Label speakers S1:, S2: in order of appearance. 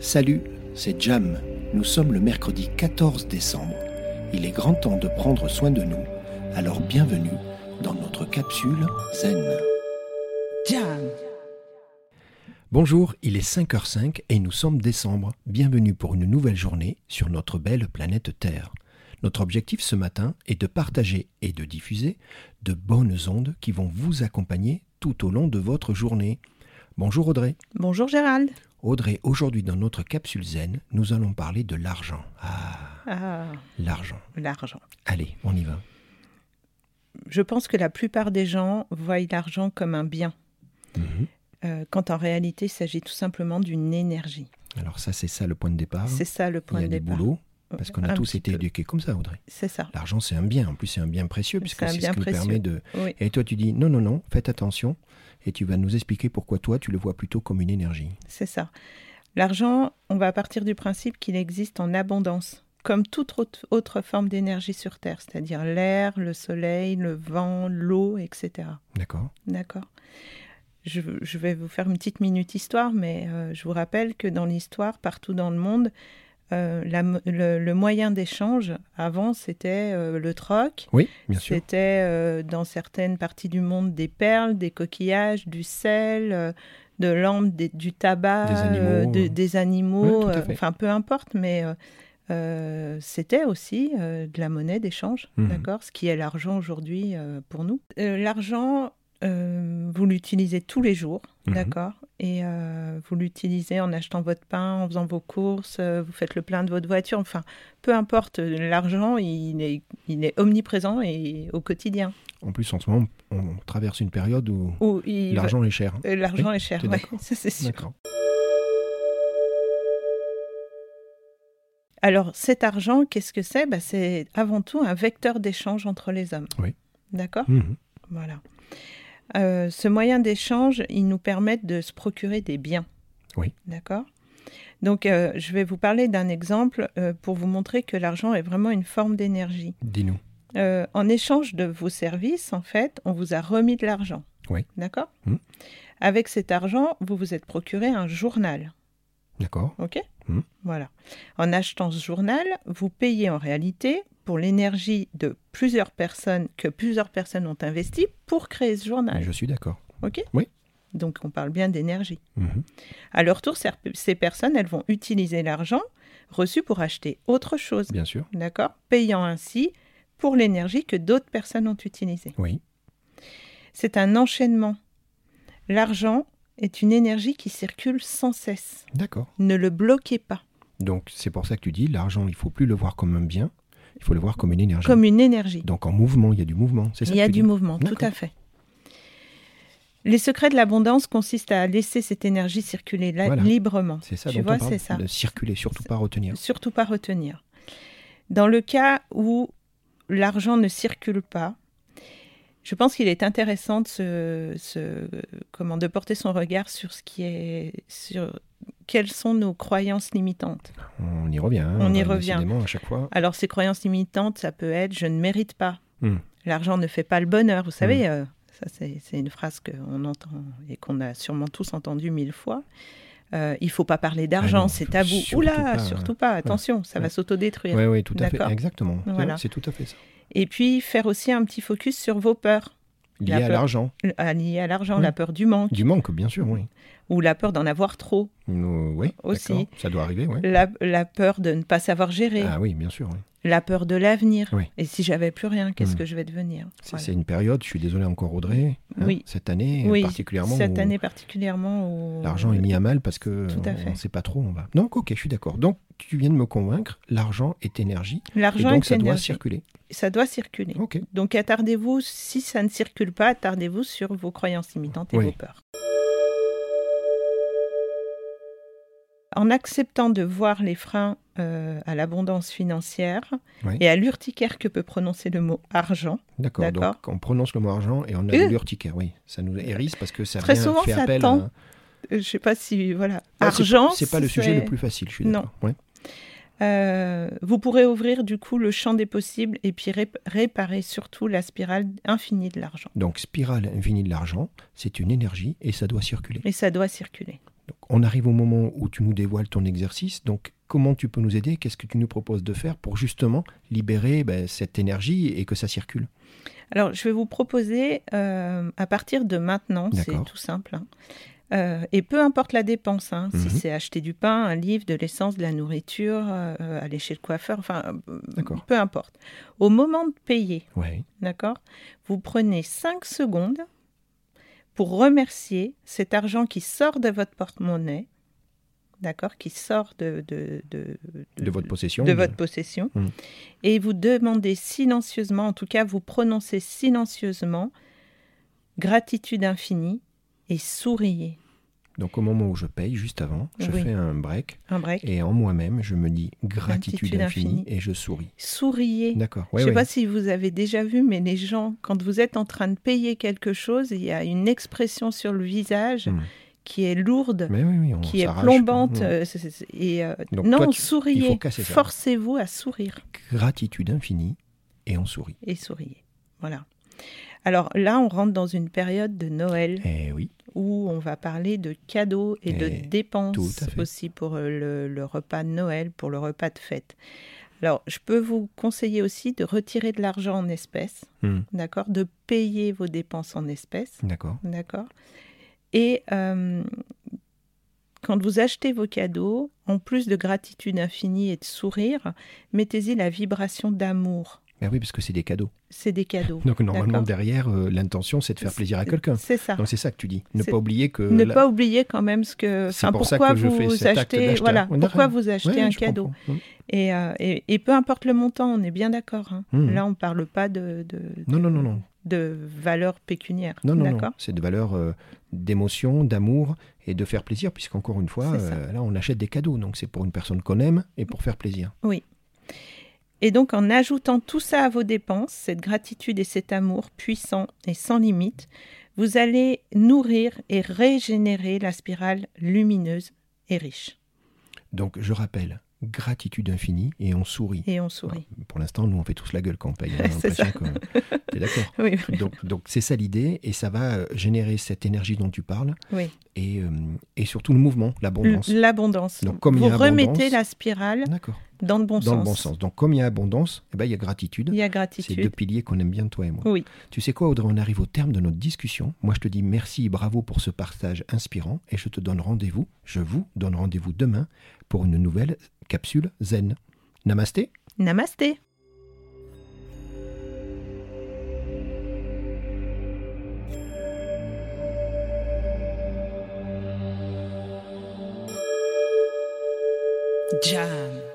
S1: Salut, c'est Jam. Nous sommes le mercredi 14 décembre. Il est grand temps de prendre soin de nous. Alors bienvenue dans notre capsule Zen.
S2: Jam,
S1: Bonjour, il est 5h05 et nous sommes décembre. Bienvenue pour une nouvelle journée sur notre belle planète Terre. Notre objectif ce matin est de partager et de diffuser de bonnes ondes qui vont vous accompagner tout au long de votre journée. Bonjour Audrey.
S2: Bonjour Gérald.
S1: Audrey, aujourd'hui dans notre capsule zen, nous allons parler de l'argent. Ah,
S2: Ah,
S1: l'argent.
S2: l'argent.
S1: Allez, on y va.
S2: Je pense que la plupart des gens voient l'argent comme un bien,
S1: Mhm.
S2: euh, quand en réalité il s'agit tout simplement d'une énergie.
S1: Alors ça, c'est ça le point de départ.
S2: C'est ça le point
S1: Ah. Il y a
S2: de
S1: des
S2: départ. Ah,
S1: boulots, parce qu'on a
S2: Un
S1: tous
S2: petit
S1: été
S2: peu.
S1: éduqués comme ça, Audrey.
S2: C'est ça.
S1: L'argent, c'est un bien. En plus, c'est un bien précieux,
S2: C'est
S1: puisque
S2: un
S1: c'est ce qui
S2: bien
S1: nous
S2: précieux.
S1: permet de...
S2: Oui.
S1: Et toi, tu dis, non, non, non, faites attention. Et tu vas nous expliquer pourquoi toi, tu le vois plutôt comme une énergie.
S2: C'est ça. L'argent, on va partir du principe qu'il existe en abondance, comme toute autre- autre forme d'énergie sur Terre, c'est-à-dire l'air, le soleil, le vent, l'eau, etc.
S1: D'accord
S2: D'accord. Je, je vais vous faire une petite minute histoire, mais euh, je vous rappelle que dans l'histoire, partout dans le monde, euh, la mo- le, le moyen d'échange, avant, c'était euh, le troc.
S1: Oui, bien sûr.
S2: C'était euh, dans certaines parties du monde des perles, des coquillages, du sel, euh, de l'ambre, des- du tabac,
S1: Des animaux,
S2: euh, de-
S1: euh.
S2: des animaux,
S1: Ouais, tout à
S2: euh,
S1: fait.
S2: enfin peu importe, mais euh, euh, c'était aussi euh, de la monnaie d'échange,
S1: Mhm.
S2: d'accord Ce qui est l'argent aujourd'hui euh, pour nous. Euh, l'argent, euh, vous l'utilisez tous les jours,
S1: Mhm.
S2: d'accord Et euh, vous l'utilisez en achetant votre pain, en faisant vos courses, euh, vous faites le plein de votre voiture, enfin peu importe, euh, l'argent, il est, il est omniprésent et au quotidien.
S1: En plus, en ce moment, on traverse une période où
S2: Où il-
S1: l'argent est cher.
S2: euh, l'argent est cher,
S1: t'es
S2: ouais,
S1: d'accord.
S2: ça c'est sûr.
S1: D'accord.
S2: Alors cet argent, qu'est-ce que c'est Bah, C'est avant tout un vecteur d'échange entre les hommes.
S1: Oui.
S2: D'accord
S1: Mhm.
S2: Voilà. Euh, ce moyen d'échange, il nous permet de se procurer des biens.
S1: Oui.
S2: D'accord Donc, euh, je vais vous parler d'un exemple euh, pour vous montrer que l'argent est vraiment une forme d'énergie.
S1: Dis-nous.
S2: Euh, en échange de vos services, en fait, on vous a remis de l'argent.
S1: Oui.
S2: D'accord
S1: Mhm.
S2: Avec cet argent, vous vous êtes procuré un journal.
S1: D'accord
S2: OK
S1: Mhm.
S2: Voilà. En achetant ce journal, vous payez en réalité pour l'énergie de plusieurs personnes que plusieurs personnes ont investi pour créer ce journal.
S1: Je suis d'accord.
S2: OK
S1: Oui.
S2: Donc on parle bien d'énergie.
S1: Mhm.
S2: À leur tour, ces- ces personnes, elles vont utiliser l'argent reçu pour acheter autre chose,
S1: Bien sûr.
S2: d'accord Payant ainsi pour l'énergie que d'autres personnes ont utilisée.
S1: Oui.
S2: C'est un enchaînement. L'argent est une énergie qui circule sans cesse.
S1: D'accord.
S2: Ne le bloquez pas.
S1: Donc, c'est pour ça que tu dis, l'argent, il faut plus le voir comme un bien, il faut le voir comme une énergie.
S2: Comme une énergie.
S1: Donc, en mouvement, il y a du mouvement, c'est ça
S2: Il y
S1: que
S2: a
S1: tu
S2: du
S1: dis
S2: mouvement, tout
S1: D'accord.
S2: à fait. Les secrets de l'abondance consistent à laisser cette énergie circuler la-
S1: Voilà.
S2: librement.
S1: C'est ça
S2: tu
S1: dont
S2: vois,
S1: on parle,
S2: c'est ça.
S1: de circuler, surtout pas retenir.
S2: Surtout pas retenir. Dans le cas où l'argent ne circule pas, je pense qu'il est intéressant de, se- se- comment, de porter son regard sur ce qui est sur quelles sont nos croyances limitantes.
S1: On y revient. hein,
S2: On y
S1: euh,
S2: revient. Ah
S1: décidément, à chaque fois.
S2: Alors ces croyances limitantes, ça peut être je ne mérite pas,
S1: Hmm.
S2: l'argent ne fait pas le bonheur. Vous savez, euh, ça c'est c'est une phrase qu'on entend et qu'on a sûrement tous entendue mille fois. Euh, il faut pas parler d'argent,
S1: Ah non,
S2: c'est
S1: faut
S2: tabou.
S1: surtout
S2: Oula,
S1: pas,
S2: surtout pas. Attention, ça va
S1: Ouais.
S2: s'autodétruire.
S1: Oui, oui, tout à fait.
S2: D'accord.
S1: Exactement. C'est-
S2: Voilà.
S1: C'est tout à fait ça.
S2: Et puis faire aussi un petit focus sur vos peurs
S1: Lié
S2: La
S1: à
S2: peur.
S1: l'argent.
S2: le- à- liées à l'argent,
S1: Oui.
S2: la peur du manque
S1: Du manque, bien sûr, oui.
S2: ou la peur d'en avoir trop,
S1: Nous- oui,
S2: Aussi.
S1: d'accord. Ça doit arriver, oui.
S2: la, la peur de ne pas savoir gérer,
S1: Ah oui, bien sûr. oui.
S2: la peur de l'avenir.
S1: Oui.
S2: Et si j'avais plus rien, qu'est-ce
S1: Mm.
S2: que je vais devenir
S1: C'est
S2: Voilà.
S1: c'est une période, je suis désolé encore Audrey, hein,
S2: Oui.
S1: cette année
S2: Oui,
S1: particulièrement,
S2: Cette
S1: où
S2: année particulièrement, où-
S1: l'argent est mis à mal parce que
S2: Tout à
S1: on
S2: fait.
S1: ne sait pas trop où on va. Donc ok, je suis d'accord. Donc tu viens de me convaincre, l'argent est énergie, et
S2: l'argent
S1: donc
S2: est
S1: ça doit
S2: énergie.
S1: circuler.
S2: ça doit circuler.
S1: Ok.
S2: Donc attardez-vous, si ça ne circule pas, attardez-vous sur vos croyances limitantes et
S1: Oui.
S2: vos peurs. En acceptant de voir les freins euh, à l'abondance financière
S1: Oui.
S2: et à l'urticaire que peut prononcer le mot argent,
S1: D'accord, donc
S2: D'accord.
S1: on prononce le mot argent et on a
S2: Euh.
S1: l'urticaire, oui. Ça nous hérisse parce que ça
S2: Très
S1: vient,
S2: souvent,
S1: fait
S2: ça
S1: appel
S2: tend.
S1: à...
S2: euh, je ne sais pas si voilà,
S1: Ouais, Ah, c'est-
S2: argent,
S1: C'est pas le sujet
S2: c'est-
S1: le plus facile, je suis
S2: Non.
S1: d'accord. Ouais.
S2: Euh, vous pourrez ouvrir du coup le champ des possibles et puis ré- réparer surtout la spirale infinie de l'argent.
S1: Donc spirale infinie de l'argent, c'est une énergie et ça doit circuler.
S2: Et ça doit circuler.
S1: Donc, on arrive au moment où tu nous dévoiles ton exercice. Donc, comment tu peux nous aider Qu'est-ce que tu nous proposes de faire pour justement libérer ben, cette énergie et que ça circule
S2: Alors, je vais vous proposer euh, à partir de maintenant, c'est
S1: D'accord.
S2: tout simple. hein. Euh, et peu importe la dépense, hein, si
S1: Mhm.
S2: c'est acheter du pain, un livre, de l'essence, de la nourriture, euh, aller chez le coiffeur, enfin, euh,
S1: D'accord.
S2: peu importe. Au moment de payer,
S1: Ouais.
S2: D'accord Vous prenez 5 secondes pour remercier cet argent qui sort de votre porte-monnaie, d'accord Qui sort de, de, de, de-
S1: De votre possession
S2: de votre possession.
S1: Mm.
S2: Et vous demandez silencieusement, en tout cas, vous prononcez silencieusement gratitude infinie et souriez.
S1: Donc, au moment où je paye, juste avant, je
S2: Oui.
S1: fais un break.
S2: Un break.
S1: Et en moi-même, je me dis gratitude,
S2: Gratitude
S1: infinie,
S2: infinie.
S1: et je souris.
S2: Souriez.
S1: D'accord.
S2: Je
S1: Ouais,
S2: ne sais
S1: ouais.
S2: pas si vous avez déjà vu, mais les gens, quand vous êtes en train de payer quelque chose, il y a une expression sur le visage
S1: Mm.
S2: qui est lourde,
S1: Mais oui, oui, on
S2: qui est
S1: s'arrache.
S2: plombante.
S1: Mm.
S2: euh, c'est- c'est- c'est- et, euh,
S1: Donc
S2: non,
S1: toi, tu- il faut
S2: souriez.
S1: casser ça.
S2: Forcez-vous à sourire
S1: Gratitude infinie et on sourit.
S2: et souriez. Voilà. Alors là, on rentre dans une période de Noël
S1: Eh oui,
S2: où on va parler de cadeaux et,
S1: Eh,
S2: de
S1: tout
S2: dépenses
S1: à fait.
S2: aussi pour euh, le, le repas de Noël, pour le repas de fête. Alors, je peux vous conseiller aussi de retirer de l'argent en espèces,
S1: Hmm.
S2: d'accord, de payer vos dépenses en espèces.
S1: d'accord.
S2: D'accord. Et euh, quand vous achetez vos cadeaux, en plus de gratitude infinie et de sourire, mettez-y la vibration d'amour.
S1: Ben oui, parce que c'est des cadeaux.
S2: C'est des cadeaux.
S1: Donc normalement
S2: D'accord.
S1: derrière, euh, l'intention c'est de faire plaisir à quelqu'un.
S2: C'est ça.
S1: Donc c'est ça que tu dis. Ne
S2: C'est-
S1: pas oublier que.
S2: ne
S1: la-
S2: pas oublier quand même ce que,
S1: C'est
S2: enfin,
S1: pour ça
S2: pourquoi
S1: que je
S2: vous
S1: fais cet acte
S2: achetez,
S1: d'achat.
S2: voilà,
S1: Ouais,
S2: pourquoi
S1: d'accord.
S2: vous achetez
S1: Ouais,
S2: un
S1: je
S2: cadeau
S1: comprends. Mm.
S2: et, euh, et, et peu importe le montant, on est bien d'accord. hein.
S1: Mhm.
S2: Là, on parle pas de de,
S1: Non, non, non, non,
S2: de valeur pécuniaire,
S1: non, non, non.
S2: d'accord
S1: C'est de valeur euh, d'émotion, d'amour et de faire plaisir, puisqu'encore une fois,
S2: C'est ça.
S1: euh, là on achète des cadeaux, donc c'est pour une personne qu'on aime et pour faire plaisir.
S2: Et donc en ajoutant tout ça à vos dépenses, cette gratitude et cet amour puissant et sans limite, vous allez nourrir et régénérer la spirale lumineuse et riche.
S1: Donc je rappelle, gratitude infinie et on sourit.
S2: Et on sourit.
S1: Pour l'instant, nous on fait tous la gueule quand on paye. On a
S2: C'est
S1: l'impression que- T'es d'accord
S2: Oui, oui,
S1: Donc, donc c'est ça l'idée, et ça va euh, générer cette énergie dont tu parles,
S2: oui.
S1: et, euh, et surtout le mouvement, l'abondance.
S2: L- L'abondance.
S1: Donc, comme il y
S2: vous
S1: a abondance-
S2: remettez la spirale
S1: D'accord.
S2: dans le bon
S1: Dans
S2: sens.
S1: le bon sens. Donc comme il y a abondance, eh ben, il y a gratitude.
S2: Il y a
S1: C'est deux
S2: gratitude. Oh.
S1: piliers qu'on aime bien, toi et moi.
S2: Oui.
S1: Tu sais quoi, Audrey, on arrive au terme de notre discussion. Moi, je te dis merci et bravo pour ce partage inspirant, et je te donne rendez-vous, je vous donne rendez-vous demain pour une nouvelle capsule zen. Namasté
S2: Namasté. Jam.